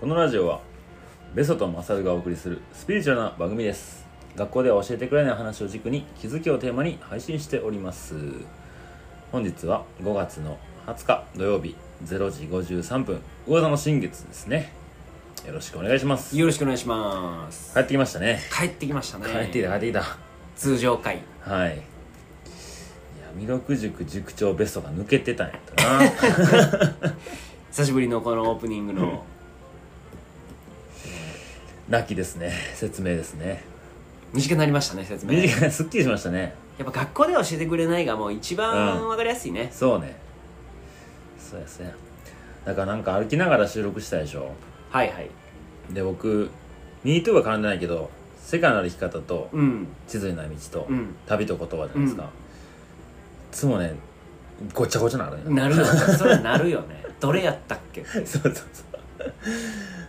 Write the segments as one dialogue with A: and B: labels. A: このラジオはベソとマサルがお送りするスピリチュアルな番組です学校では教えてくれない話を軸に気づきをテーマに配信しております本日は5月の20日土曜日0時53分魚座の新月ですねよろしくお願いします帰
B: よろしくお願いします
A: ってきましたね
B: 帰ってきましたね
A: 帰ってきた帰ってきた
B: 通常会
A: はいいや弥勒塾塾長ベストが抜けてたんやったな
B: 久しぶりのこのオープニングの
A: 泣きですね説明ですね
B: 短くなりましたね説明や
A: 短いすっきりしましたね
B: っぱ学校では教えてくれないがもう一
A: う
B: 番
A: ん
B: わかりやすいね、
A: そうねそうやそうやだからなんか歩きながら収録したでしょ
B: はいはい
A: で僕 MeToo は絡んでないけど「世界なる生き方」と
B: うん
A: 「地図にない道」と
B: うん
A: 「旅と言葉」じゃないですか、
B: うん
A: いつもねごちゃごちゃなるね
B: なるよねそれはなるよねどれやったっけって
A: そうそうそう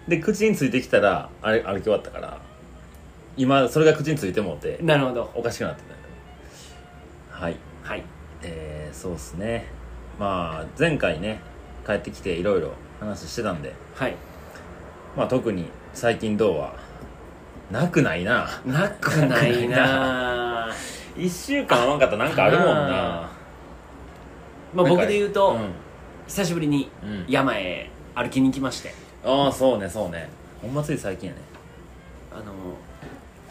A: で口についてきたらあれ歩き終わったから今それが口についてもって
B: なるほど
A: おかしくなってたよねはい
B: はい
A: えー、そうっすねまあ前回ね帰ってきていろいろ話してたんで
B: はい
A: まあ特に最近どうはなくないな
B: なくないな
A: 1週間会わんかったらなんかあるもんな
B: まあ、僕で言うと、
A: う
B: 久しぶりに
A: ん、うん、
B: 山へ歩きに行きまして
A: ああそうねそうねほんまつい最近やね
B: あの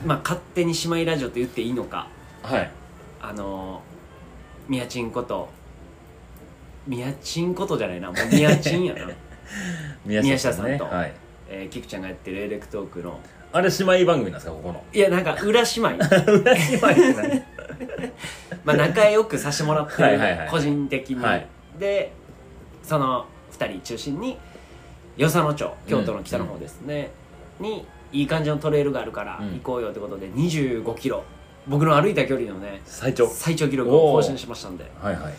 B: まあ勝手に姉妹ラジオと言っていいのか
A: はい
B: あのみやちんことみやちんことじゃないなもうみやちんや な、
A: 宮
B: 宮下さんと
A: はい、
B: えー、キクちゃんがやってるエレクトークの
A: あれ姉妹番組なんですかここの
B: いやなんか裏姉 妹
A: 裏 姉妹って何
B: まあ仲良くさせてもらってる
A: はいはいはい
B: 個人的に、
A: はい
B: でその2人中心に与謝野町京都の北の方ですね、にいい感じのトレイルがあるから
A: うん
B: 行こうよってことで2 5キロ僕の歩いた距離のね
A: 最長
B: 最長記録を更新しましたんで
A: はいはい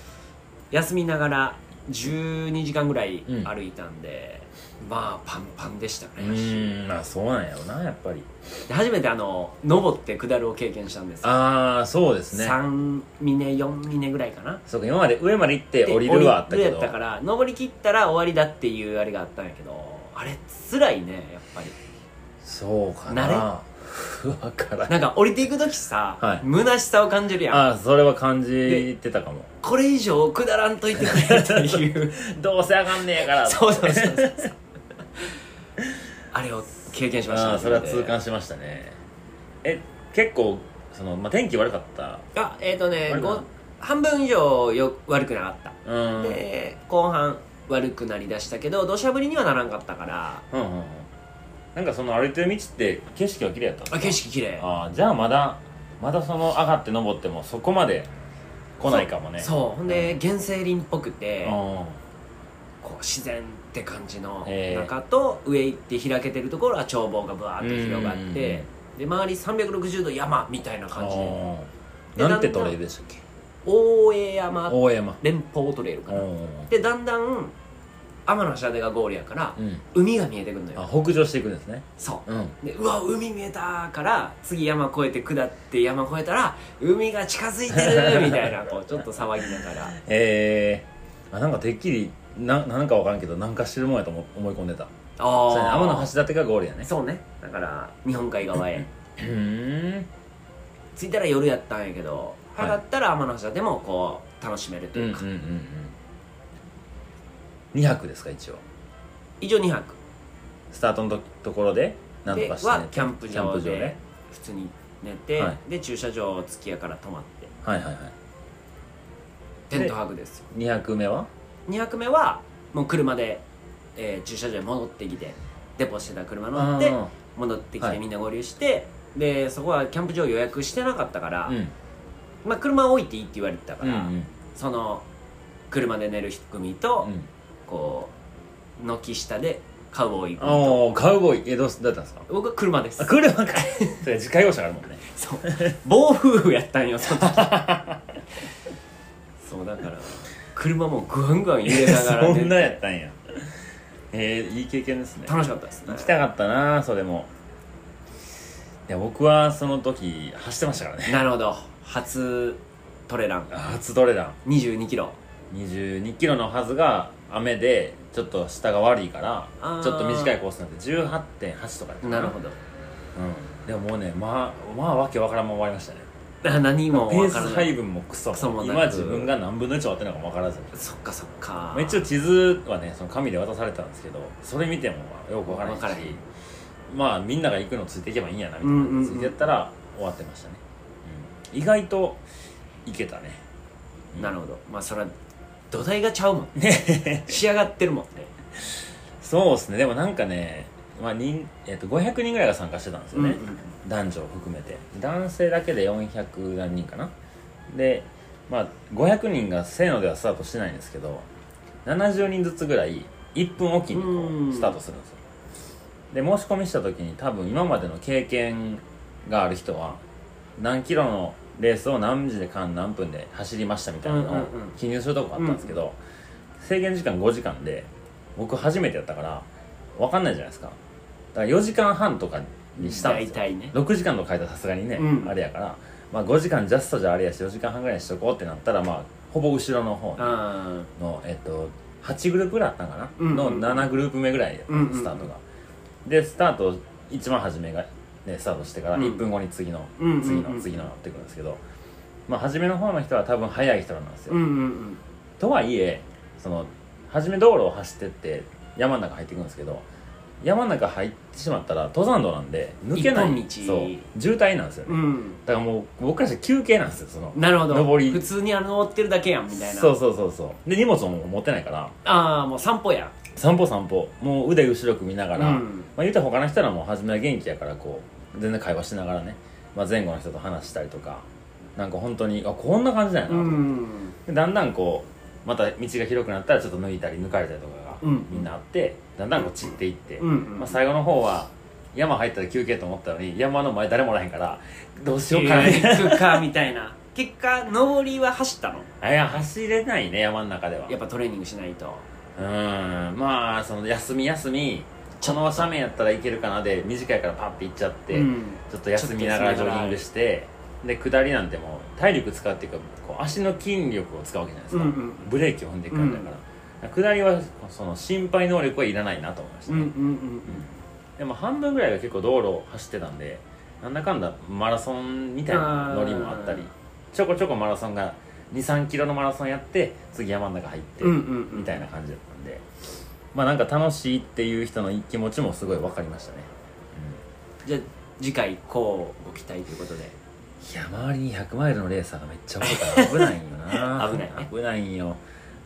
B: 休みながら12時間ぐらい
A: うん
B: 歩いたんで、まあパンパンでした
A: う
B: ね
A: ーんまあそうなんやろなやっぱり
B: で初めてあの登って下るを経験したんですよ
A: ああそうですね
B: 3峰4峰ぐらいかな
A: そうか今まで上まで行って
B: で
A: 降りるはあった
B: 降り
A: け
B: る
A: ど
B: やったから登り切ったら終わりだっていうあれがあったんやけどあれ辛いねやっぱり
A: そうかな 分からん
B: なんか降りていく時さ、
A: はい
B: 虚しさを感じるやん
A: ああそれは感じてたかも
B: これ以上下らんといてくれっていう
A: どうせあかんねや から
B: そうそうそうそうそうあれを経験しましたね
A: ああそれは痛感しましたねえ結構その、まあ、天気悪かった
B: あえっ、とね
A: 悪くな
B: ご半分以上よ悪くなかった、
A: うんうん
B: で後半悪くなりだしたけど土砂降りにはならんかったから
A: うんうんなんかその歩いてる道って景色は綺麗だった
B: あ景色綺麗
A: ああじゃあまだまだその上がって登ってもそこまで来ないかもねう
B: そうほんで原生林っぽくて
A: ん
B: こう自然って感じの
A: へえ
B: 中と上行って開けてるところは眺望がブワーって広がっ
A: うんうんうん
B: てで周り360度山みたいな感じで
A: うん
B: で
A: なんて
B: だんだ
A: ト
B: ん
A: レイルでしたっけ
B: 大江山
A: 大山
B: 連峰トレイルか
A: う
B: なんでだんだん天の橋立がゴールやから
A: うん
B: 海が見えてくるの
A: あ
B: よ
A: 北上していくんですね
B: そう
A: うん
B: でうわ海見えたから次山越えて下って山越えたら海が近づいて るみたいなこうちょっと騒ぎながら
A: えー、あなんかてっきりななんかわからんけどなんかしてるもんやと思思い込んでたそうやね
B: あ
A: 天の橋立がゴールやね
B: そうねだから日本海側へ
A: うーん
B: 着いたら夜やったんやけど
A: はい
B: 上がったら天の橋でもこう楽しめると
A: うんう
B: い
A: ん
B: う
A: う
B: か、
A: んうん2泊ですか一応
B: 以上2泊
A: スタートのとところでなんと
B: で
A: かして寝て
B: はキャンプ
A: キャン
B: 場
A: プ場
B: で
A: ね
B: 普通に寝て、
A: はい
B: で駐車場付きやから泊まって
A: はいはいはい
B: テント泊ですよ
A: 2泊目は
B: 2泊目はもう車で、えー駐車場に戻ってきてデポしてた車乗って
A: あ
B: 戻ってきて、
A: はい
B: みんな合流してでそこはキャンプ場予約してなかったから、
A: ーうん
B: まあ、車置いていいって言われてたか
A: うんう
B: ら、
A: ん
B: その車で寝る組と、
A: うん
B: こう軒下でカウボーイ組と
A: おーカウボーイえどうすどうやったんですか
B: 僕は車です
A: あ車かそれ自家用車があるもんね
B: そう暴風雨やったんよその 時そうだから車もグワングワン揺れながら、
A: そんな
B: ね、
A: やったんやえー、いい経験ですね
B: 楽しかったですね
A: 行きたかったなそれもいや僕はその時走ってましたからね
B: なるほど初トレラン
A: 初トレラン
B: 22キロ
A: 2 2キロのはずが雨でちょっと下が悪いから
B: あー
A: ちょっと短いコースになって18.8とかやった
B: なるほど
A: うん、でももうねまあまあわけわからんまま終わりましたね
B: あ何も
A: ペー
B: 分
A: ス
B: からな
A: 配
B: い
A: 分もクソ
B: クソもなく
A: 今自分が何分の1終わってるのかもわからず
B: そっかそっか
A: まあ、一応地図はねその紙で渡されたんですけどそれ見てもまあよくわからないし
B: わからへん
A: まあみんなが行くのついていけばいいんやなみたいな、
B: うんうんうん
A: ついてったら終わってましたね、うん、意外といけたね
B: なるほどまあそれは土台がちゃうもんね仕上がってるもんね
A: そうですねでもなんかね、まあ人えっと500人ぐらいが参加してたんですよね、男女を含めて男性だけで400何人かなでまあ500人がせーのではスタートしてないんですけど70人ずつぐらい1分おきに
B: う
A: こ
B: ん
A: うスタートするんですよで申し込みした時に多分今までの経験がある人は何キロのレースを何時間何分で走りましたみたいなの
B: うんうんう
A: を
B: ん
A: 記入するとこあったんですけど、制限時間5時間で僕初めてやったから分かんないじゃないですかだから4時間半とかにしたんです
B: 大
A: よ
B: 体ね
A: 6時間の回答さすがにね、
B: うん
A: あれやから、まあ、5時間ジャストじゃあれやし4時間半ぐらいにしとこうってなったら、まあ、ほぼ後ろの方
B: あ
A: の、えっと、8グループぐらいあったんかな、
B: うんうん
A: の7グループ目ぐらいやった
B: うんうんうん
A: スタートが、でスタート一番初めが、ね、スタートしてから
B: うん
A: 1分後に次の、
B: うんうんうん
A: 次の次のなってくるんですけど、まあ、初めの方の人は多分速い人なんです
B: ー
A: よ、
B: うんうん
A: とはいえその初め道路を走ってって山の中入っていくんですけど山の中入ってしまったら登山道なんで抜けない
B: 一
A: そう
B: 本道
A: 渋滞なんですよね、
B: うんうん
A: だからもう僕からしたら休憩なんですよその
B: なるほど
A: 上り
B: 普通にあの登ってるだけやんみたいな
A: そうそうそうそうで荷物も持ってないから
B: ああもう散歩や
A: 散歩散歩もう腕後ろく見ながら、
B: うん
A: まあ、言うたら他の人らもう初めは元気やからこう全然会話しながらね、まあ、前後の人と話したりとかなんか本当にあこんな感じだよな
B: う
A: と、
B: ん
A: でだんだんこうまた道が広くなったらちょっと抜いたり抜かれたりとかが、
B: うん
A: みんなあってだんだんこう散っていって、
B: うんうん
A: まあ、最後の方は山入ったら休憩と思ったのに山の前誰もおらへんからどうしようかなみたいな、
B: 行くかみたいな結果上りは走ったの
A: あ いや走れないね山の中では
B: やっぱトレーニングしないと
A: うーんまあその休み休みこの斜面やったらいけるかなで短いからパッて行っちゃって、
B: うん
A: ちょっと休みながらジョギングしてで下りなんてもう体力使うっていうかこう足の筋力を使うわけじゃないですか、
B: うんうん
A: ブレーキを踏んでいくんだから、下りはその心配能力はいらないなと思いました、
B: うんうん
A: でも半分ぐらいが結構道路を走ってたんでなんだかんだマラソンみたいなノリもあったり
B: あ
A: ちょこちょこマラソンが2 3キロのマラソンやって次山の中入って、
B: うんうんうんうん
A: みたいな感じだったんでまあなんか楽しいっていう人の気持ちもすごい分かりましたね、
B: じゃあ次回こうご期待ということで
A: いや周りに100マイルのレーサーがめっちゃ多いから危ないんよな
B: 危ないね
A: 危ないんよ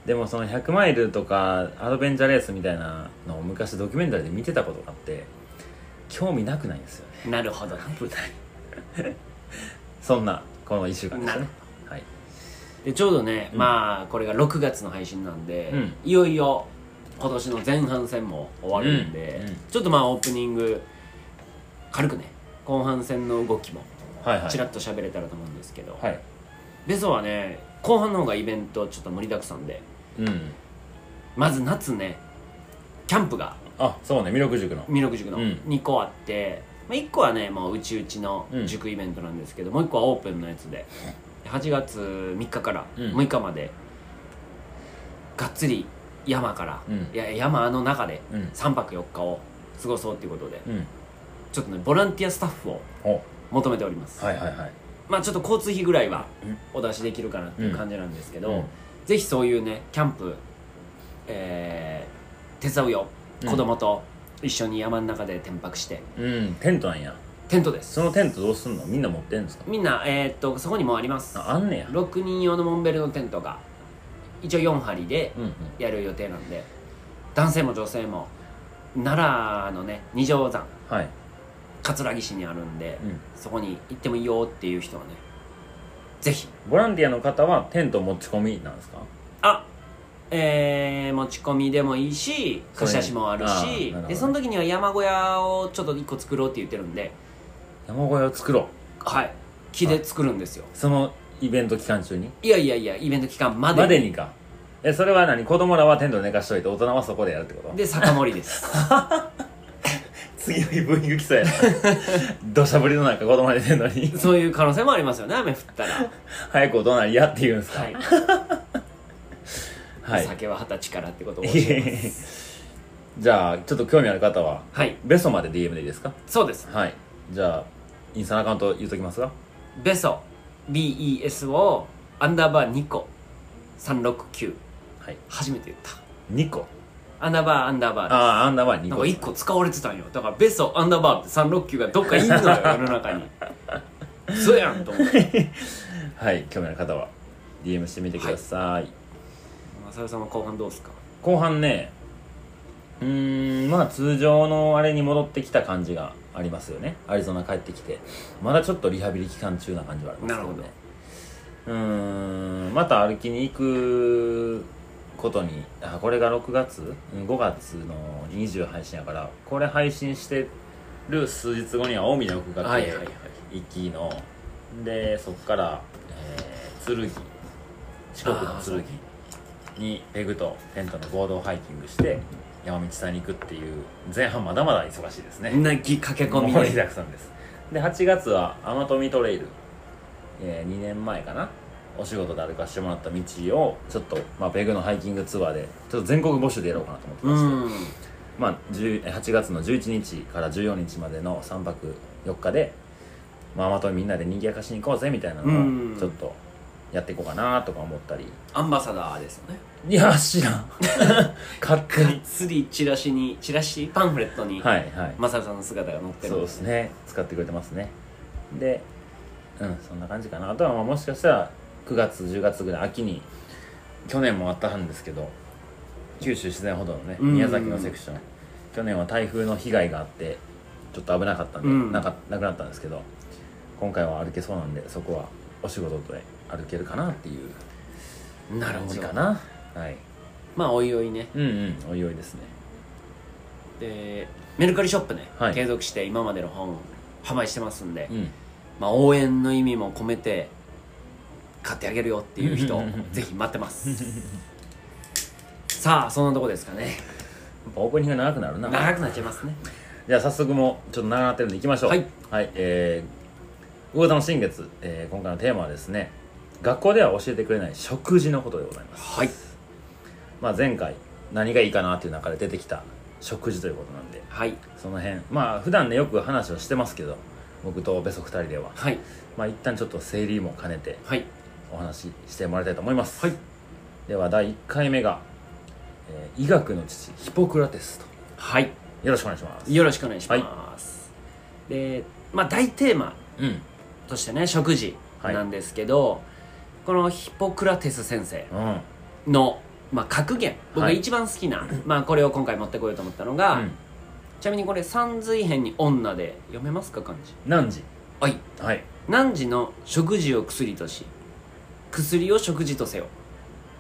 A: でもその100マイルとかアドベンチャーレースみたいなのを昔ドキュメンタリーで見てたことがあって興味なくないんですよね
B: なるほどね
A: 危ないそんなこの1週間でしたね
B: な
A: はい
B: でちょうどね、
A: うん
B: まあこれが6月の配信なんで、
A: うん
B: いよいよ今年の前半戦も終わるんで、
A: うんうん
B: ちょっとまあオープニング軽くね後半戦の動きも
A: はいはい
B: ちらっと喋れたらと思うんですけど、
A: はい
B: ベソはね後半の方がイベントちょっと盛りだくさんで
A: うん
B: まず夏ねキャンプが
A: あそうね弥勒塾の
B: 弥勒塾の
A: うん
B: 2個あって、まあ、1個はねもううちうちの
A: うん
B: 塾イベントなんですけど、もう1個はオープンのやつで8月3日から
A: うん
B: 6日まで、がっつり山から、
A: うん
B: いや山の中で
A: うん
B: 3泊4日を過ごそうっていうことで、
A: うん
B: ちょっとねボランティアスタッフを
A: お
B: 求めております、
A: はいはいはい
B: まあちょっと交通費ぐらいは
A: うん
B: お出しできるかなっていう感じなんですけど、
A: うん
B: ぜひそういうねキャンプ、えー手伝うよ
A: うん
B: 子供と一緒に山の中で転泊して
A: うんテントなんや
B: テントです
A: そのテントどうすんのみんな持ってんですか
B: みんな、えーっとそこにもあります
A: ああんねや
B: 6人用のモンベルのテントが一応4張りで
A: うんうん
B: やる予定なんで男性も女性も奈良のね二条山
A: はい
B: 葛城市にあるんで、
A: うん
B: そこに行ってもいいよっていう人はねぜひ
A: ボランティアの方はテント持ち込みなんですか
B: あえー持ち込みでもいいし
A: それ
B: 貸し出しもあ
A: あ
B: る
A: ーな
B: し
A: るほどね
B: でその時には山小屋をちょっと1個作ろうって言ってるんで
A: 山小屋を作ろう
B: はい木で作るんですよ
A: そのイベント期間中に
B: いやいやいやイベント期間まで
A: までにかえそれは何子供らはテント寝かしといて大人はそこでやるってこと
B: で酒盛り です
A: 次の日ブーイング来そうやな 土砂降りの中子供寝てんのに
B: そういう可能性もありますよね雨降ったら
A: 早く大人やって言うんですか
B: はい
A: はい
B: お酒は二十歳からってことを教えます
A: じゃあちょっと興味ある方は
B: はい
A: ベソまで DM でいいですか
B: そうです
A: はいじゃあインスタのアカウント言っときますが
B: ベソ BES をアンダーバー2個369
A: はい
B: 初めて言った
A: 2個
B: アンダーバーアンダーバー
A: ああアンダーバー2
B: なん
A: 個
B: か1個使われてたんよだからベソアンダーバーって369がどっか いんのよ世の中にそうやんと思って
A: はい興味ある方は DM してみてください、
B: マサルさんは後半どうですか
A: 後半ねうーんまあ通常のあれに戻ってきた感じがありますよねアリゾナ帰ってきてまだちょっとリハビリ期間中な感じはありますけどね
B: なる
A: うーんまた歩きに行くことにあこれが6月うん5月の20配信やからこれ配信してる数日後には近江に奥が
B: はいはいはい
A: 行きのでそっから、えー、剣四国
B: あ
A: の
B: ーそう
A: 剣にペグとテントの合同ハイキングして山道さんに行くっていう前半まだまだ忙しいですね
B: 泣き駆け込み
A: 盛り
B: で
A: だくさんですで8月は天富トレイル、え2年前かなお仕事で歩かしてもらった道をちょっと、まあ、ペグのハイキングツアーでちょっと全国募集でやろうかなと思ってま
B: う
A: して、
B: ん
A: まあ、10え8月の11日から14日までの3泊4日で、まあ、天富みんなで賑やかしに行こうぜみたいな
B: うん
A: のをちょっとやっていこうかなとか思ったり
B: アンバサダーですよね
A: いや知 らん勝手
B: がっ
A: に
B: つりチラシにチラシパンフレットに
A: はいはい
B: マサルさんの姿が載ってる
A: そうですね使ってくれてますねでうんそんな感じかなあとはまあもしかしたら9月10月ぐらい秋に去年もあったんですけど九州自然歩道のね
B: うん
A: 宮崎のセクション去年は台風の被害があってちょっと危なかったんで、
B: うん
A: なかなくなったんですけど今回は歩けそうなんでそこはお仕事で歩けるかなっていう
B: なる
A: 感
B: ほ
A: じ
B: ど
A: かなはい
B: まあおいおいね
A: うんうんおいおいですね
B: でメルカリショップね、
A: はい
B: 継続して今までの本販売してますんで、
A: うん
B: まあ、応援の意味も込めて買ってあげるよっていう人
A: うんうんうんうん
B: ぜひ待ってますさあそんなとこですかね
A: やっぱオープニング長くなるな
B: 長くなっちゃいますね
A: じゃあ早速もうちょっと長くなってるんでいきましょう
B: はい、
A: えー、魚田の新月、えー今回のテーマはですね学校では教えてくれない食事のことでございます、
B: はい
A: まあ、前回何がいいかなっていう中で出てきた食事ということなんで
B: はい
A: その辺まあ普段ねよく話をしてますけど僕とベソ2人では
B: はい
A: まあ一旦ちょっと整理も兼ねて
B: はい
A: お話ししてもらいたいと思います、
B: はい
A: では第1回目が、えー医学の父ヒポクラテスと
B: はい
A: よろしくお願いします
B: よろしくお願いします、でまあ大テーマ
A: うん
B: としてね食事
A: はい
B: なんですけど、このヒポクラテス先生
A: うんうん
B: の、まあ、格言僕が
A: はい
B: 一番好きな、まあ、これを今回持ってこようと思ったのが、ちなみにこれ「三髄編に女」で読めますか漢字
A: 何時
B: はい
A: はい
B: 汝の食事を薬とし薬を食事とせよ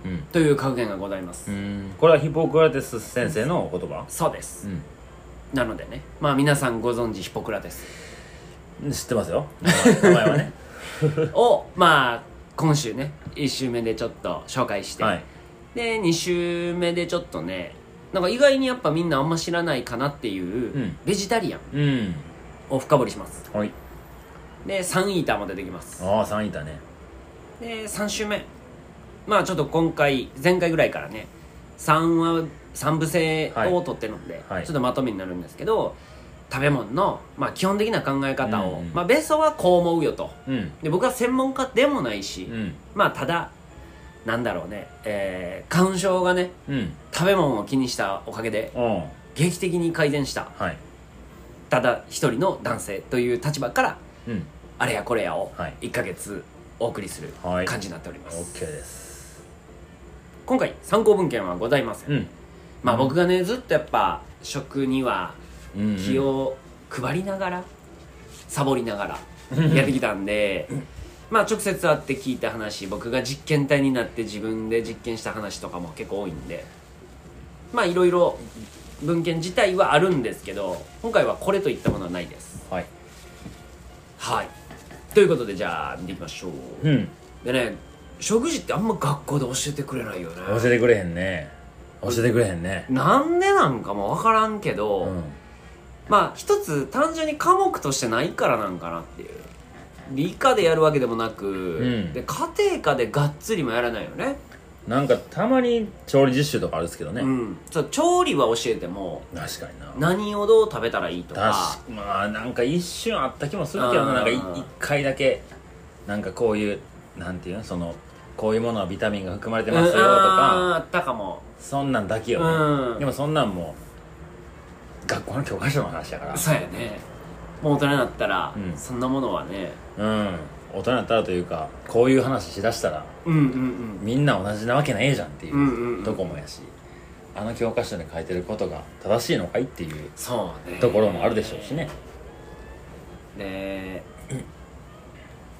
A: うん
B: という格言がございます、
A: うんこれはヒポクラテス先生のお言葉
B: そうです、
A: う
B: なのでねまあ皆さんご存知ヒポクラテス
A: ん知ってますよ名前名前はね
B: をまあ今週ね1週目でちょっと紹介して、
A: はい
B: で2週目でちょっとねなんか意外にやっぱみんなあんま知らないかなっていう、
A: うん
B: ベジタリアン
A: うん
B: を深掘りします
A: はい
B: で3イーターも出てきます
A: ああ3位だね
B: で3週目まあちょっと今回前回ぐらいからね3話3部制を取ってるので、
A: はいはい
B: ちょっとまとめになるんですけど食べ物の、まあ、基本的な考え方を、
A: うんうん
B: まあ、ベースはこう思うよと
A: うん
B: で僕は専門家でもないし、
A: うん
B: まあただなんだろうねえー、鑑賞がね
A: うん
B: 食べ物を気にしたおかげで
A: おう
B: 劇的に改善した
A: はい
B: ただ一人の男性という立場から
A: うん
B: あれやこれやを
A: はい
B: 1ヶ月お送りする
A: はい
B: 感じになっております、
A: OK です
B: 今回参考文献はございません、
A: うん
B: まあ僕がねずっとやっぱ食には
A: うん
B: 気を配りながらサボりながらやってきたんでまあ直接会って聞いた話僕が実験体になって自分で実験した話とかも結構多いんでまあいろいろ文献自体はあるんですけど今回はこれといったものはないです
A: はい
B: はいということでじゃあ見ていきましょう
A: うん
B: でね食事ってあんま学校で教えてくれないよね
A: 教えてくれへんね教えてくれへんね
B: なんでなんかも分からんけど、
A: うん
B: まあ一つ単純に科目としてないからなんかなっていう理科でやるわけでもなく、
A: うん
B: で家庭科でがっつりもやらないよね
A: なんかたまに調理実習とかあるんですけどね、
B: うんそう調理は教えても
A: 確かにな
B: 何をどう食べたらいいとか
A: 確かまあなんか一瞬あった気もするけどななんかい
B: あー
A: 一回だけなんかこういうなんていうのそのこういうものはビタミンが含まれてますよと
B: うんあー
A: か
B: あったかも
A: そんなんだけよ、ね
B: うん
A: でもそんなんも学校の教科書の話だから
B: そうやねもう大人になったら、
A: うん
B: そんなものはね
A: うん大人だったらというかこういう話しだしたら
B: うんうん
A: みんな同じなわけないじゃんってい
B: うんうんうんう
A: うんとこもやしあの教科書に書いてることが正しいのかいっていう
B: そうね
A: ところもあるでしょうしね
B: で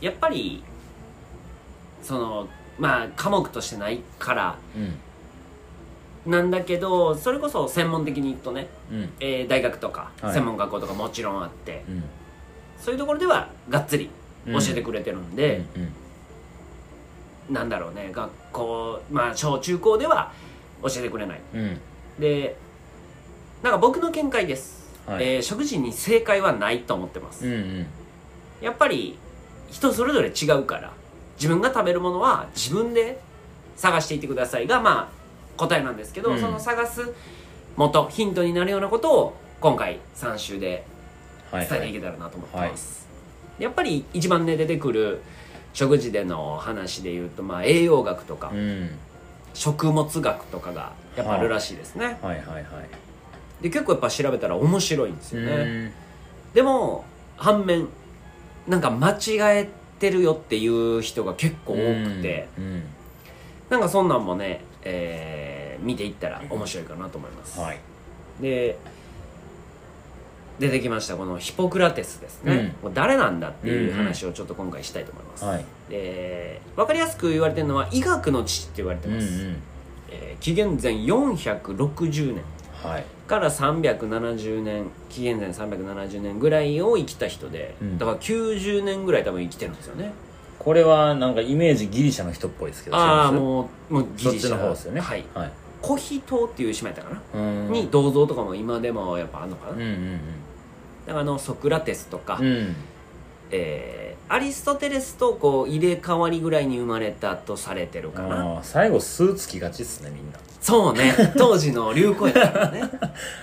B: やっぱりそのまあ科目としてないから
A: う
B: なんだけどそれこそ専門的に言うとね、
A: んうん
B: えー大学とか
A: はい
B: 専門学校とかもちろんあって、
A: うん
B: そういうところではがっつり
A: うん
B: 教えてくれてるんで、なんだろうね学校まあ小中高では教えてくれない
A: うんうん
B: でなんか僕の見解です、
A: はい
B: えー食事に正解はないと思ってます、
A: うんうん
B: やっぱり人それぞれ違うから自分が食べるものは自分で探していってくださいがまあ答えなんですけど、
A: うん
B: その探す元ヒントになるようなことを今回3週で
A: はいは
B: 伝えてい
A: い
B: けたらなと思ってます、やっぱり一番ね出てくる食事での話でいうと、まあ、栄養学とか
A: うん
B: 食物学とかがやっぱあるらしいですね
A: はいはいはい
B: で結構やっぱ調べたら面白いんです
A: う
B: よね、
A: ん
B: でも反面なんか間違えてるよっていう人が結構多くて
A: うん
B: なんかそんなんもね、えー見ていったら面白いかなと思います、
A: はい
B: で出てきましたこのヒポクラテスですね、
A: う
B: これ誰なんだっていう話をちょっと今回したいと思います、
A: はい
B: で分かりやすく言われてるのは医学の父って言われて
A: うんう
B: ます、
A: ん
B: えー紀元前460年
A: はい
B: から370年紀元前370年ぐらいを生きた人で、
A: うん
B: だから90年ぐらい多分生きてるんですよね
A: これはなんかイメージギリシャの人っぽいですけど
B: ああ
A: 違いま
B: もうもう
A: す
B: ギ
A: そっ
B: リシ
A: ち
B: ャ
A: の方ですよね
B: はい
A: はい
B: コヒ島っていう島やったかな、
A: うん
B: に銅像とかも今でもやっぱあんのかな、
A: うん
B: だ
A: うん
B: からあのソクラテスとか、
A: うんうん
B: えーアリストテレスとこう入れ替わりぐらいに生まれたとされてるかな
A: あー最後スーツ着がちっすねみんな
B: そうね当時の流行やからね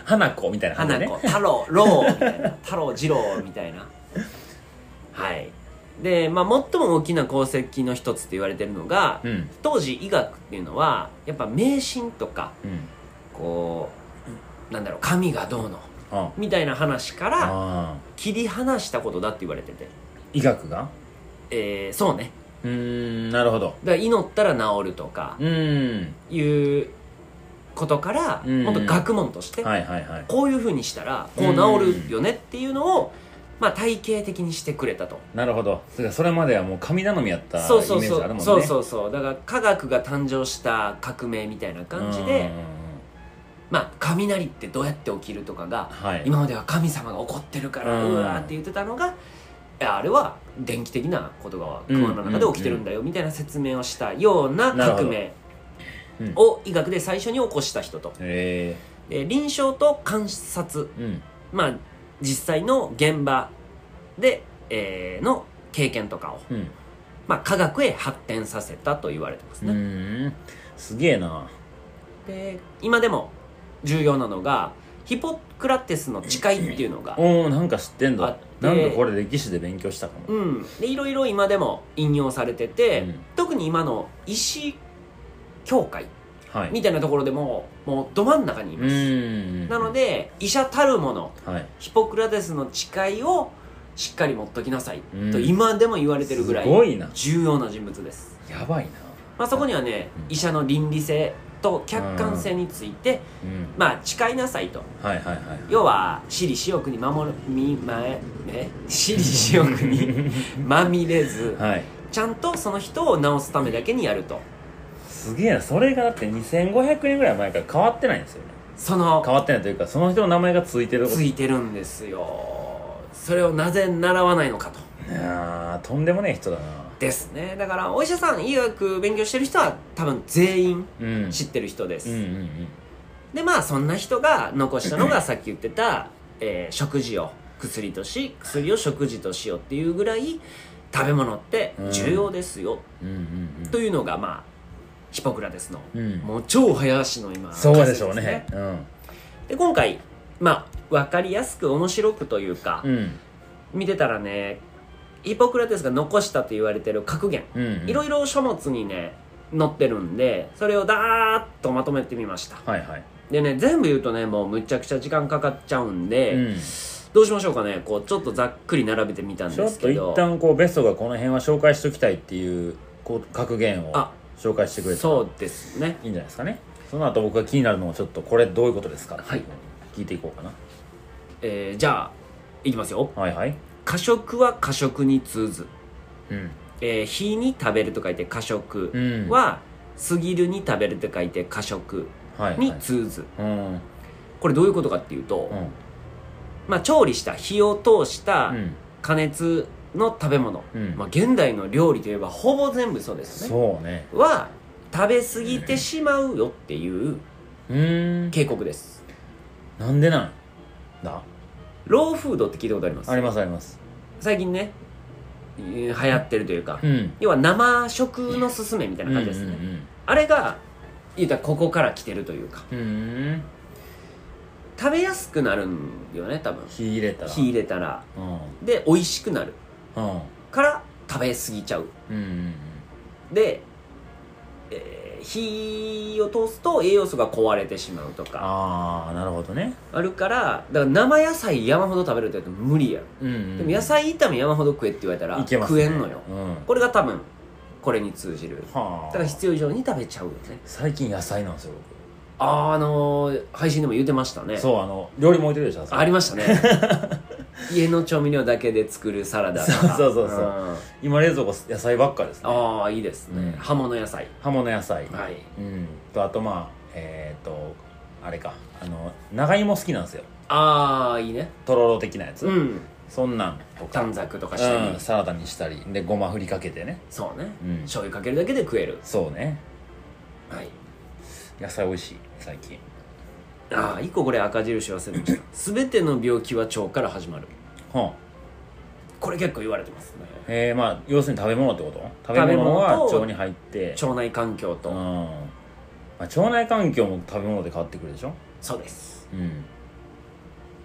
A: 花子みたいな感じ
B: 花
A: でね
B: 子太郎郎みたいな太郎次郎みたいなはいで、まあ、最も大きな功績の一つって言われてるのが、
A: うん
B: 当時医学っていうのはやっぱ迷信とか
A: うん
B: こうなんだろう神がどうの
A: あ
B: みたいな話から
A: あ
B: 切り離したことだって言われてて、
A: 医学が
B: えーそうね
A: うーんなるほど
B: だから祈ったら治るとか
A: うーん
B: いうことから、
A: うん
B: もっと学問として、
A: はいはいはい
B: こういうふうにしたらこう治るよねっていうのを、まあ、体系的にしてくれたと。
A: なるほどそれそれまではもう神頼みやったイメ
B: そうそう
A: ージ
B: そ
A: あるもん
B: う
A: ね
B: そうそううそうだから科学が誕生した革命みたいな感じで、
A: んうんうん
B: まあ雷ってどうやって起きるとかが
A: はい
B: 今までは神様が怒ってるから、
A: う
B: うんわーって言ってたのがいやあれは電気的なことが雲の中で起きてるんだよみたいな説明をしたような革命
A: なるほ
B: を医学で最初に起こした人と
A: え
B: で臨床と観察
A: えうん
B: まあ実際の現場で、えーの経験とかを、
A: うん
B: まあ、科学へ発展させたと言われてます
A: う
B: ね、
A: ーんすげえな
B: で今でも重要なのがヒポクラテスの誓いっていうのが
A: おーなんか知ってん
B: あ
A: だ
B: って
A: なんかこれ歴史で勉強したかも
B: うん、でいろいろ今でも引用されてて、
A: うん
B: 特に今の医師協会
A: はい
B: みたいなところでももうど真ん中にいうます、
A: ーん
B: なので医者たるもの
A: はい
B: ヒポクラテスの誓いをしっかり持っときなさい、
A: うん
B: と今でも言われてるぐら
A: すご
B: い
A: いな
B: 重要な人物です、
A: やばいな
B: まあ、そこにはね、
A: うん
B: 医者の倫理性と客観性について、
A: うん
B: まあ誓いなさいと
A: はいはいはい
B: 要は私利私欲に守るみ前ね私利私欲 に まみれず
A: はい
B: ちゃんとその人を治すためだけにやると
A: すげえなそれがだって2500円ぐらい前から変わってないんですよね
B: その
A: 変わってないというかその人の名前がついてること
B: ついてるんですよそれをなぜ習わないのかと
A: いやーとんでもねえ人だな
B: ですねだからお医者さん医学勉強してる人は多分全員
A: うん
B: 知ってる人で
A: う
B: す、
A: んうん
B: でまあそんな人が残したのがさっき言ってた、えー食事を薬とし薬を食事としようっていうぐらい食べ物って重要ですよ、
A: うんうんうんうん
B: というのがまあヒポクラテスの、
A: うん
B: もう超早足の今
A: そうでしょう
B: 活躍
A: ね
B: ですで今回まあ分かりやすく面白くというか、
A: うんうん
B: 見てたらねヒポクラテスが残したと言われてる格言、
A: うんうん
B: いろいろ書物にね載ってるんでそれをダーッとまとめてみました
A: はいはい
B: でね全部言うとねもうむちゃくちゃ時間かかっちゃうんで、
A: うん
B: どうしましょうかねこうちょっとざっくり並べてみたん
A: ちょ
B: で
A: っ
B: す
A: と
B: け
A: 一
B: ど
A: 旦こうベストがこの辺は紹介しておきたいっていうこう格言を
B: あ
A: 紹介してくれたら
B: そうですね
A: いいんじゃないですかねその後僕が気になるのもちょっとこれどういうことですか
B: はい
A: 聞いていこうかな
B: えーじゃあいきますよ
A: はいはい
B: 過食は過食に通ず、
A: うん
B: えー日に食べると書いて過食
A: うん
B: は、過ぎるに食べると書いて過食
A: はいはい
B: に通ず、
A: うんうん
B: これどういうことかっていうと、まあ調理した火を通した
A: うん
B: 加熱の食べ物、
A: うん
B: まあ、現代の料理といえばほぼ全部そうですよね
A: そうね
B: は食べ過ぎてしまうよっていう
A: うーん
B: 警告です
A: なんでなんだ
B: ローフードって聞いたことあります
A: ありますあります
B: 最近ねえー流行ってるというか、
A: うん
B: 要は生食のすすめみたいな感じですね、あれが言うたらここから来てるというか
A: うんうんうんうん
B: 食べやすくなるんよね多分
A: 火入れたら
B: 火入れたら
A: うんうん
B: で美味しくなる
A: うん
B: から食べ過ぎちゃう
A: うんうん
B: で、えー火を通すと栄養素が壊れてしまうとか
A: ああなるほどね
B: あるからだから生野菜山ほど食べるって言うと無理やろ
A: うんうん
B: でも野菜炒め山ほど食えって言われたら
A: いけます
B: 食
A: ね
B: えんのよ
A: うん
B: これが多分これに通じる
A: はあ
B: だから必要以上に食べちゃうよね
A: 最近野菜なんですよ
B: あーあのー配信でも言ってましたね
A: 僕そうあの料理も置いてるでしょ
B: ありましたね 家の調味料だけで作るサラダとか
A: そうそうそうそうん今冷蔵庫野菜ばっかですね
B: ああいいですね、
A: うん
B: 葉物野菜
A: 葉物野菜
B: はい
A: うんとあとまあえっ、とあれかあの長芋好きなんですよ
B: ああいいね
A: とろろ的なやつ、
B: うん
A: そんなんとか、
B: 短冊とかしたり、
A: うん、サラダにしたりでごまふりかけてね
B: そうね、
A: うん
B: 醤油かけるだけで食える
A: そうね
B: はい
A: 野菜美味しい最近
B: ああ一個これ赤印忘れてました全ての病気は腸から始まる
A: ほん
B: これ結構言われてますね
A: えー、まあ要するに食べ物ってこと
B: べ
A: 食
B: 物と
A: べ物は腸に入って
B: 腸内環境と、
A: うん、まあ、腸内環境も食べ物で変わってくるでしょ
B: そうです
A: うん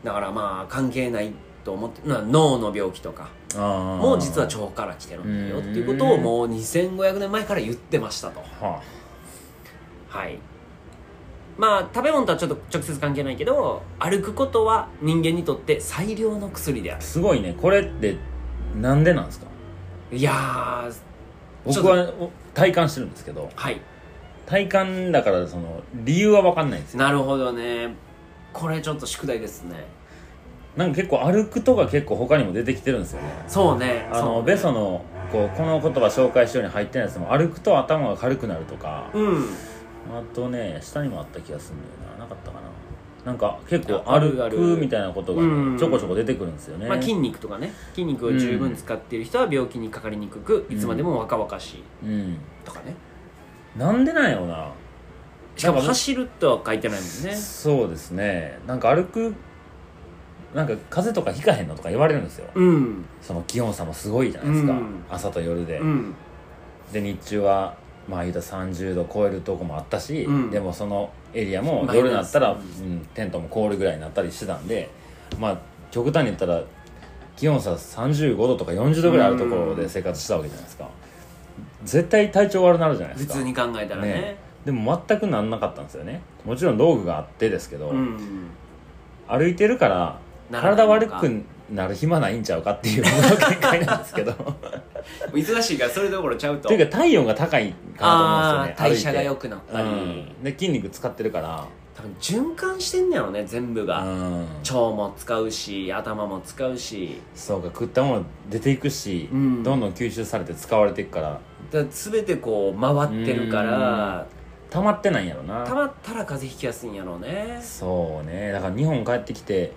B: だからまあ関係ないと思ってな脳の病気とか
A: あー
B: も実は腸から来てるんだよっていうことをもう2500年前から言ってましたと
A: は
B: はいまあ食べ物とはちょっと直接関係ないけど歩くことは人間にとって最良の薬であ
A: あすごいねこれってなんでなんですか
B: るいやー
A: 僕はお体感してるんですけど
B: はい
A: 体感だからその理由は分かんないんですよ
B: なるほどねこれちょっと宿題ですね
A: なんか結構歩くとか結構他にも出てきてるんですよね
B: そうね
A: あ
B: そう
A: の
B: ね
A: ベソのこうこの言葉紹介しように入ってないやつも歩くと頭が軽くなるとか
B: うん
A: あとね下にもあった気がするんだよななかったかななんか結構
B: ああるあ
A: 歩
B: る
A: くみたいなことがね
B: うん
A: ちょこちょこ出てくるんですよね、
B: まあ、筋肉とかね筋肉を十分使っている人は病気にかかりにくく、いつまでも若々しい
A: うん
B: とかね
A: なんでなんやろな
B: しかも
A: なんかもう
B: 走るとは書いてないもんね
A: そうですねなんか歩くなんか風邪とかひかへんのとか言われるんですよ
B: うん
A: その気温差もすごいじゃないですか、
B: うん
A: 朝と夜で、
B: うん
A: で日中はまあ言うたら30度超えるとこもあったし、
B: うん
A: でもそのエリアも
B: マイナス
A: 夜になったら、
B: う
A: うん、テントも凍るぐらいになったりしてたんでまあ極端に言ったら気温差35度とか40度ぐらいあるところで生活したわけじゃないですか、絶対体調悪なるじゃないで
B: 普
A: すか
B: 通に考えたらね
A: ねでも全くなんなかったんですよねもちろん道具があってですけど、
B: うん
A: 歩いてるから
B: ならない
A: 体
B: の
A: 悪
B: か
A: くなる暇ないんちゃうかっていう僕の見解なんですけ ど
B: 忙しいからそれどころちゃうと
A: というか体温が高いか
B: あ
A: な
B: あー
A: と思うん
B: 代
A: ですよね
B: 謝が良
A: く
B: くなった
A: う
B: り、
A: ん、で筋肉使ってるから
B: 多分循環してんねやろね全部が、
A: うん
B: 腸も使うし頭も使うし
A: そうか食ったもの出ていくし、
B: うん
A: どんどん吸収されて使われていくから
B: だから全てこう回ってるから
A: 溜まってないんやろな
B: たまったら風邪ひきやすいんやろうね
A: そうねだから日本帰ってきて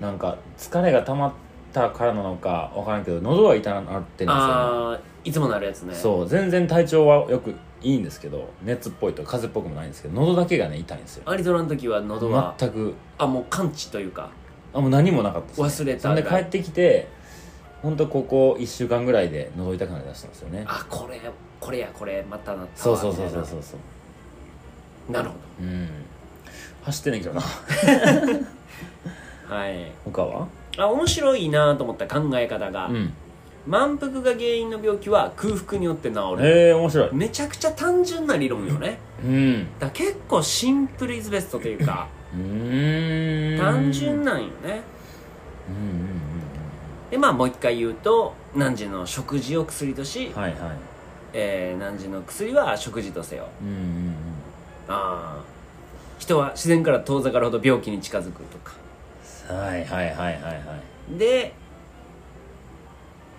A: なんか疲れが溜まったからなのかわからんけど喉が痛なってるんですよ、ね
B: ああいつもなるやつね
A: そう全然体調はよくいいんですけど熱っぽいと風邪っぽくもないんですけど喉だけがね痛いんですよ
B: アリドラの時は喉は
A: 全く
B: あもう完治というか
A: あもう何もなかったです、ね、
B: 忘れた
A: そんで
B: ぐ
A: 帰
B: らい
A: ってきてほんとここ1週間ぐらいで覗いたくなりだしたんですよね
B: あこれこれやこれまたなった
A: そう
B: わ
A: そうそう
B: みた
A: そ
B: いうな
A: そうそう
B: なるほ
A: うん走ってねえけどな
B: どはい
A: 他は
B: あ面白いなと思った考え方が、
A: うん
B: 満腹が原因の病気は空腹によって治る
A: ええ面白い
B: めちゃくちゃ単純な理論よね
A: うん
B: だから結構シンプルイズベストというか
A: うーん
B: 単純なんよね
A: うんうん
B: でまあもう一回言うと何時の食事を薬とし
A: うん、はいはい
B: えー何時の薬は食事とせよ
A: うんうんうん
B: ああ人は自然から遠ざかるほど病気に近づくとか
A: はいはいはいはいはい
B: で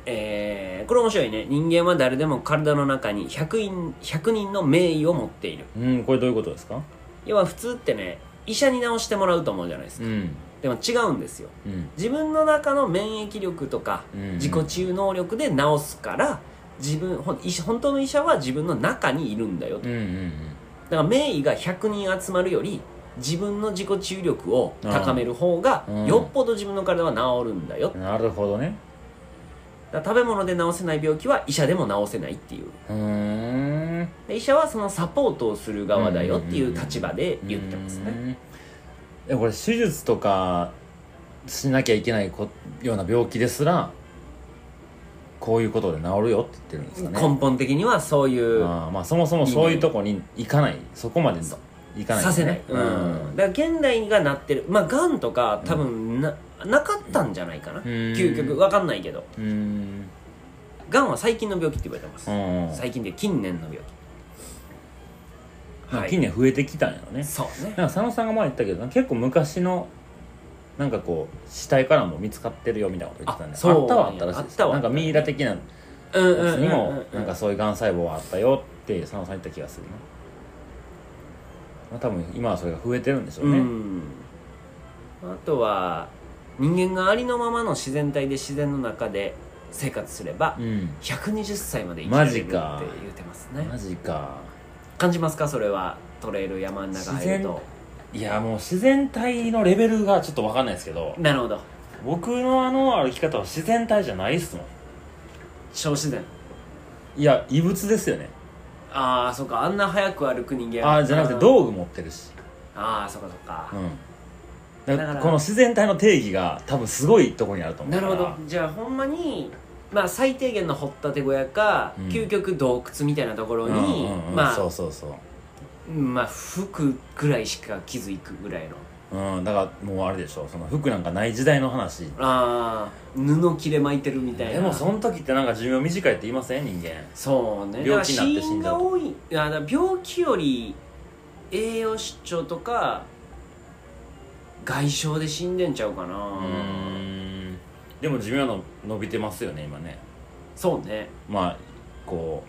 B: えーこれ面白いね人間は誰でも体の中に100人 ,100 人の名医を持っている
A: うんこれどういうことですか
B: 要は普通ってね医者に治してもらうと思うじゃないですか、
A: ん
B: でも違うんですよ
A: うん
B: 自分の中の免疫力とか
A: うん
B: 自己治癒能力で治すから自分ほん医者本当の医者は自分の中にいるんだよと
A: うんうんうん
B: だから名医が100人集まるより自分の自己治癒力を高める方が
A: うん
B: よっぽど自分の体は治るんだよだか
A: なるほどね
B: ら食べ物で治せない病気は医者でも治せないっていう
A: うーん
B: で医者はそのサポートをする側だよっていう立場で言ってますね
A: ねでもこれ手術とかしなきゃいけないこような病気ですらこういうことで治るよって言ってるんですかね
B: 根本的にはそういう
A: あーまあそもそもそういうとこに行かないそこまで行かない
B: させない、
A: う
B: うん、
A: ん
B: だから現代がなってるまあがんとか多分な,、なかったんじゃないかな、究極わかんないけど
A: うん
B: がんは最近の病気って言われてます、
A: うん
B: 最近で近年の病気、
A: まあ
B: はい
A: 近年増えてきたんやろね
B: そう
A: な
B: ね
A: んか佐野さんが前言ったけど結構昔のなんかこう死体からも見つかってるよみたいなこと言ってたね
B: あそう
A: あったはあったらしいで
B: あっ
A: す
B: たは
A: なんかミイラ的なや
B: うん
A: つに
B: う
A: も
B: う
A: なんかそういうがん細胞はあったよって佐野さん言った気がするな、まあ、多分今はそれが増えてるんでしょ
B: う
A: うね、
B: んあとは人間がありのままの自然体で自然の中で生活すれば
A: うん
B: 120歳まで生きら
A: マ
B: れるっ
A: ジ
B: て
A: か
B: 言ってますね
A: マジか
B: 感じますかそれはトレイル山の中入ると
A: いやもう自然体のレベルがちょっと分かんないですけど
B: なるほど
A: 僕のあの歩き方は自然体じゃないっすも
B: 小自然
A: んいや異物ですよね
B: ああそうかあんな早く歩く人間
A: ああじゃなくて
B: う
A: 道具持ってるし
B: ああそうかそうか、
A: うん、だ
B: だから
A: この自然体の定義が多分すごいとこにあると思う
B: なる
A: から
B: ほどじゃあほんまにまあ最低限の掘ったて小屋か、
A: うん
B: 究極洞窟みたいなところ
A: うん
B: に、
A: うんうん
B: ま
A: そう
B: あ
A: そうそう、
B: まあ服ぐらいしか気づくぐらいの
A: うん、だからもうあれでしょその服なんかない時代の話
B: ああ布切れ巻いてるみたいな
A: でもその時ってなんか寿命短いって言いません人間
B: そうね
A: 病気になって死んじゃう
B: だから死因が多いいやだから病気より栄養失調とか外傷で死んでんちゃうかな
A: うんでも寿命の伸びてますよね今ね
B: そうね
A: まあこ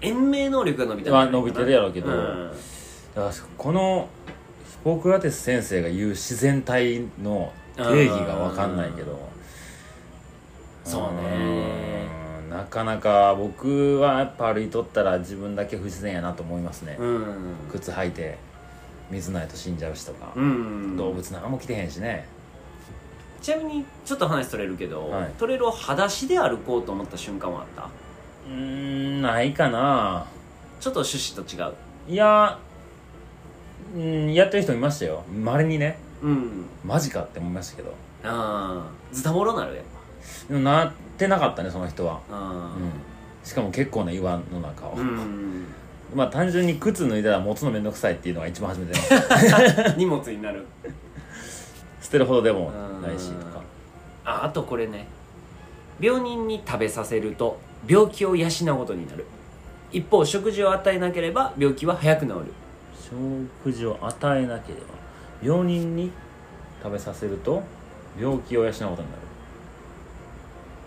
A: う、
B: 延命能力が伸びた
A: まあ伸びてるやろうけどう
B: ん
A: ん、だからこのヒポクラテス先生が言う自然体の定義が分かんないけど
B: そうね
A: うんなかなか僕はやっぱ歩いとったら自分だけ不自然やなと思いますね、
B: うん
A: 靴履いて水ないと死んじゃうしとか、
B: うん
A: 動物なんも来てへんしね
B: ちなみにちょっと話それるけど、
A: はい
B: トレイルを裸足で歩こうと思った瞬間はあった
A: うーんないかな
B: ちょっと趣旨と違う
A: いやうんやってる人いましたよまれにね
B: うん
A: マジかって思いましたけど
B: ああズタボロなるやっ
A: でもなってなかったねその人は、
B: ぱあ
A: うん、しかも結構な岩の中を、
B: ーうん
A: まあ単純に靴脱いだら持つのめんどくさいっていうのが一番初めて
B: 荷物になる
A: 捨てるほどでもないしとか
B: ああとこれね病人に食べさせると病気を養うことになる一方食事を与えなければ病気は早く治る
A: 食事を与えなければ病人に食べさせると病気を養うことになる、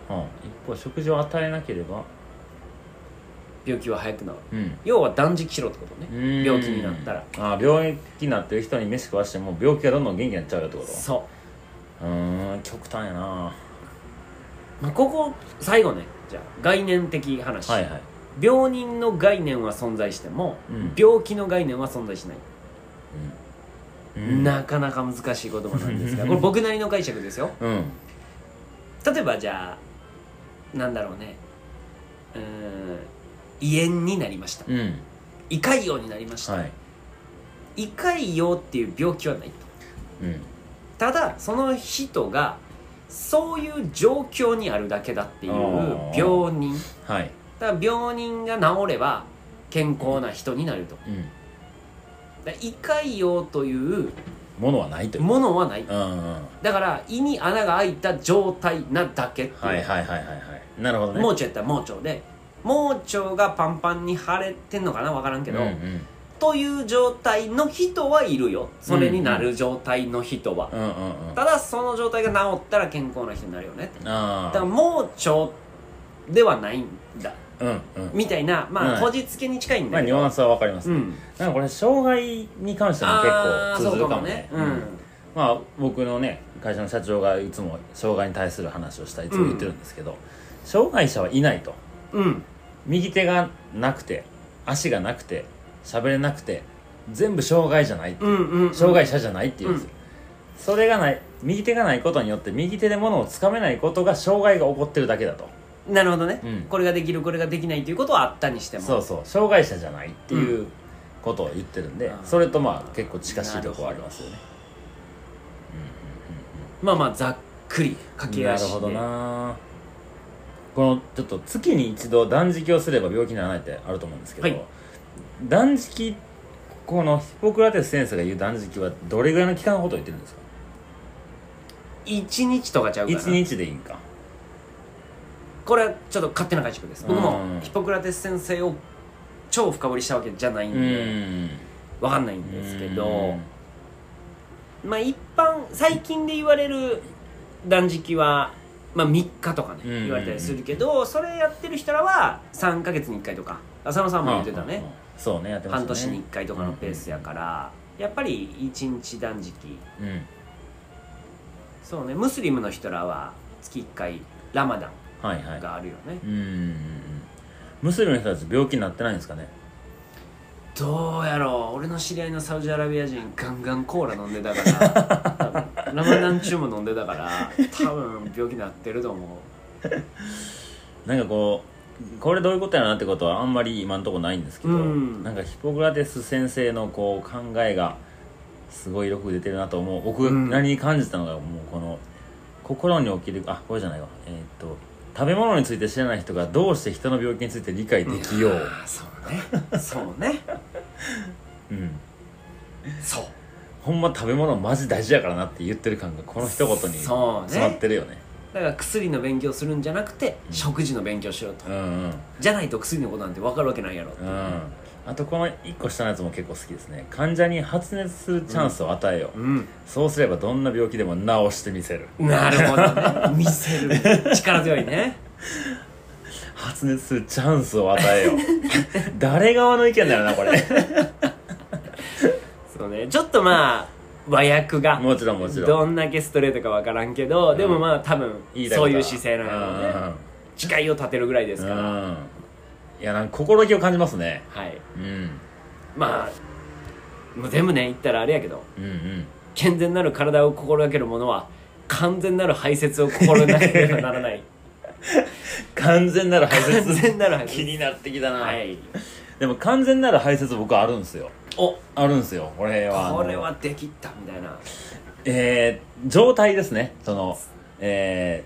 A: うん、一方食事を与えなければ
B: 病気は早く治る
A: うん
B: 要は断食しろってことね病気になったら
A: ああ病気になってる人に飯食わしても病気がどんどん元気になっちゃうよってこと
B: そう
A: ーん極端やな
B: う、まあ、ここ最後ねじゃあ概念的話、
A: はいはい
B: 病人の概念は存在しても、
A: うん
B: 病気の概念は存在しない、
A: うん
B: な かなか難しい言葉なんですがこれ僕なりの解釈ですよ
A: うん
B: 例えばじゃあなんだろうねうーん胃炎になりました
A: うん
B: 胃潰瘍になりました、
A: はい
B: 胃潰瘍っていう病気はないと
A: うん
B: ただその人がそういう状況にあるだけだっていう
A: あー
B: 病人
A: はい
B: だから病人が治れば健康な人になると
A: うん
B: だから胃潰瘍という
A: ものはないという
B: ものはない
A: うんうんは
B: だから胃に穴が開いた状態なだけっていう
A: いはいはいはいはいなるほどね
B: 盲腸やったら盲腸で盲腸がパンパンに腫れてんのかな分からんけど、
A: うんうん
B: という状態の人はいるよそれになる状態の人は、
A: うんうんうん
B: ただその状態が治ったら健康な人になるよね
A: あ
B: だから
A: あ
B: 盲腸ではないんだ
A: うんうん
B: みたいなまあ
A: うん
B: こじつけに近いん
A: まあ
B: だけ
A: ニ
B: ど、
A: ュアンスはわかります
B: うん
A: なんかこれ障害に関しても結
B: あー
A: 構
B: そ
A: 通
B: う
A: ず
B: か
A: るか
B: も
A: も
B: ね
A: ね
B: うん、
A: うんまあ僕のね会社の社長がいつも障害に対する話をしたいつも言ってるんですけど障害者はいないと
B: うん、
A: 右手がなくて足がなくて喋れなくて全部障害じゃない
B: うんうんうん
A: 障害者じゃないって言うんですよ、それがない右手がないことによって右手で物をつかめないことが障害が起こってるだけだと
B: なるほどね、
A: うん
B: これができるこれができないということはあったにしても
A: そうそう障害者じゃないっていうことを言ってるんで、
B: うん
A: それとまあ結構近しいところありますよね
B: まあまあざっくり駆け
A: な
B: 足
A: る
B: で
A: ほどなこのちょっと月に一度断食をすれば病気にならないってあると思うんですけど、
B: はい
A: 断食このヒポクラテス先生が言う断食はどれぐらいの期間のことを言ってるんですか
B: 1日とかちゃうかな
A: 1日でいいんか
B: これはちょっと勝手な解釈です僕も
A: うん
B: ヒポクラテス先生を超深掘りしたわけじゃないん
A: う
B: で
A: ん
B: わかんないんですけ
A: う
B: ど
A: ん
B: まあ一般最近で言われる断食は、まあ、3日とかね
A: うん
B: 言われたりするけどそれやってる人らは3か月に1回とか浅野さんも言ってたね
A: そうねやってまし
B: 半
A: たね
B: 年に1回とかのペースやからやっぱり1日断食
A: うん
B: そうねムスリムの人らは月1回ラマダ
A: はいは
B: ン
A: い
B: があるよね
A: うんムスリムの人たち病気になってないんですかね
B: どうやろう俺の知り合いのサウジアラビア人ガンガンコーラ飲んでたから 多分ラマダン中も飲んでたから多分病気なってると思う
A: なんかこうこれどういうことやなってことはあんまり今のところないんですけど、
B: うん
A: なんかヒポクラテス先生のこう考えがすごいよく出てるなと思う
B: う
A: 僕
B: ん
A: なりに感じたのがもうこの心に起きるあこれじゃないわえーっと食べ物について知らない人がどうして人の病気について理解できよう、
B: ああそうねそうね
A: うん、
B: そう
A: ほんま食べ物マジ大事やからなって言ってる感がこの一言に詰
B: そうね
A: まってるよね
B: だから薬の勉強するんじゃなくて、食事の勉強しろと
A: うんうん
B: じゃないと薬のことなんて分かるわけないやろって
A: うんあとこの1個下のやつも結構好きですね患者に発熱するチャンスを与えよう、
B: うん、
A: そうすればどんな病気でも治してみせる
B: なるほどね見せる力強いね
A: 発熱するチャンスを与え よう誰側の意見だよなこれ
B: そうねちょっとまあ和訳が
A: もちろんもちろん
B: どんだけストレートか分からんけど、でもまあ多分
A: 言たこと
B: そう
A: は
B: いう姿勢なのね、誓いを立てるぐらいです
A: うん
B: か
A: う
B: ら、
A: んいやなんか心意気を感じますね、
B: はい
A: うん、
B: まあもう全部ね言ったらあれやけど
A: うんうん
B: 健全なる体を心がける者は完全なる排泄を心がけねばならない
A: 完全なる 排
B: 完
A: 泄
B: 全なる排
A: 気
B: 泄
A: になってきたな、
B: はい
A: でも完全なる排泄僕あるんですよ
B: お
A: あるんですよこれは
B: これはできたみたいな
A: えー、状態ですねそのえ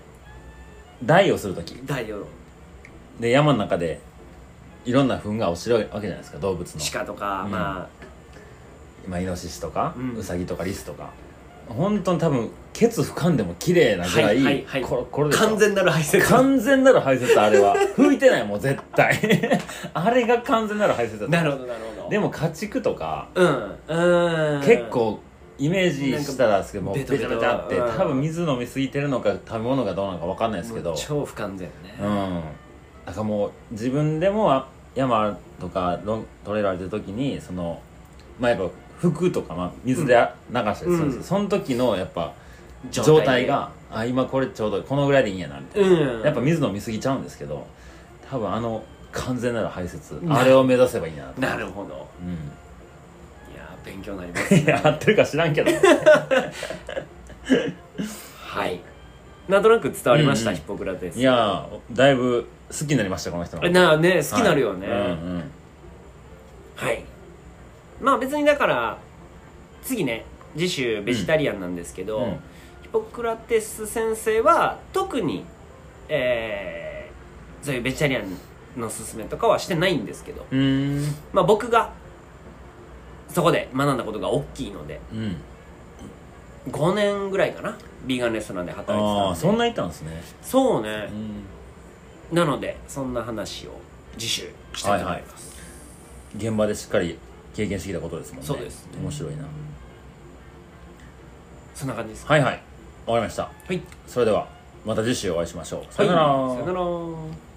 A: ー、台をするとき
B: 大よ
A: で山の中でいろんな糞が落ちるわけじゃないですか動物の
B: 鹿とか、
A: うん
B: ま
A: まあ、イノシシとか、
B: うん
A: ウサギとかリスとか本当に多分ケツ俯瞰でも綺麗なぐらい、
B: はいはいはい
A: これこれ
B: あ
A: でしょ
B: 完全なる排泄
A: 完全なる排泄あれは拭いてないもう絶対 あれが完全なる排泄だった
B: なるほどなるほど
A: でも家畜とか、
B: うんうん
A: 結構イメージしたらですけどもう
B: なん
A: ベ
B: か
A: タベタあって
B: ベタベタ
A: 多分水飲みすぎてるのか食べ物がどうなのか分かんないですけ
B: も
A: ど
B: う超不完全
A: う
B: ね、
A: んなんかもう自分でもあ山とかロントレーラーでる時にそのまあやっぱ服とか、まあ、水であ流したりするんですけど、
B: うん
A: その時のやっぱ状態があ今これちょうどこのぐらいでいいんやなみたいな、
B: うん
A: やっぱ水飲みすぎちゃうんですけど多分あの完全なる排泄
B: うん
A: あれを目指せばいいなと、
B: なるほど
A: うん、
B: いやー勉強 になります
A: いや合
B: ね
A: ってるか知らんけど
B: はいなんとなく伝わりました、
A: うんうん
B: ヒポクラテス
A: いやーだいぶ好きになりましたこの人の
B: あれなね好きになるよね、
A: はいうん
B: はいまあ別にだから次ね次週ベジタリアンなんですけど、
A: うんうん
B: ヒポクラテス先生は特に、えーそういうベジタリアンの勧めとかはしてないんですけど、
A: うんうん
B: まあ、僕がそこで学んだことが大きいので
A: うん
B: 5年ぐらいかなビーガンレストランで働いてた
A: あ
B: ん
A: あ
B: で
A: そんないたんですね
B: そうね
A: う、ん
B: なのでそんな話を次週したいと思います、
A: 現場でしっかり経験してきたことですもんね
B: そうです
A: 面白いな
B: そんな感じですか
A: はいはいわかりました
B: はい
A: それではまた次週お会いしましょう
B: は
A: さ
B: い
A: よなら
B: さよなら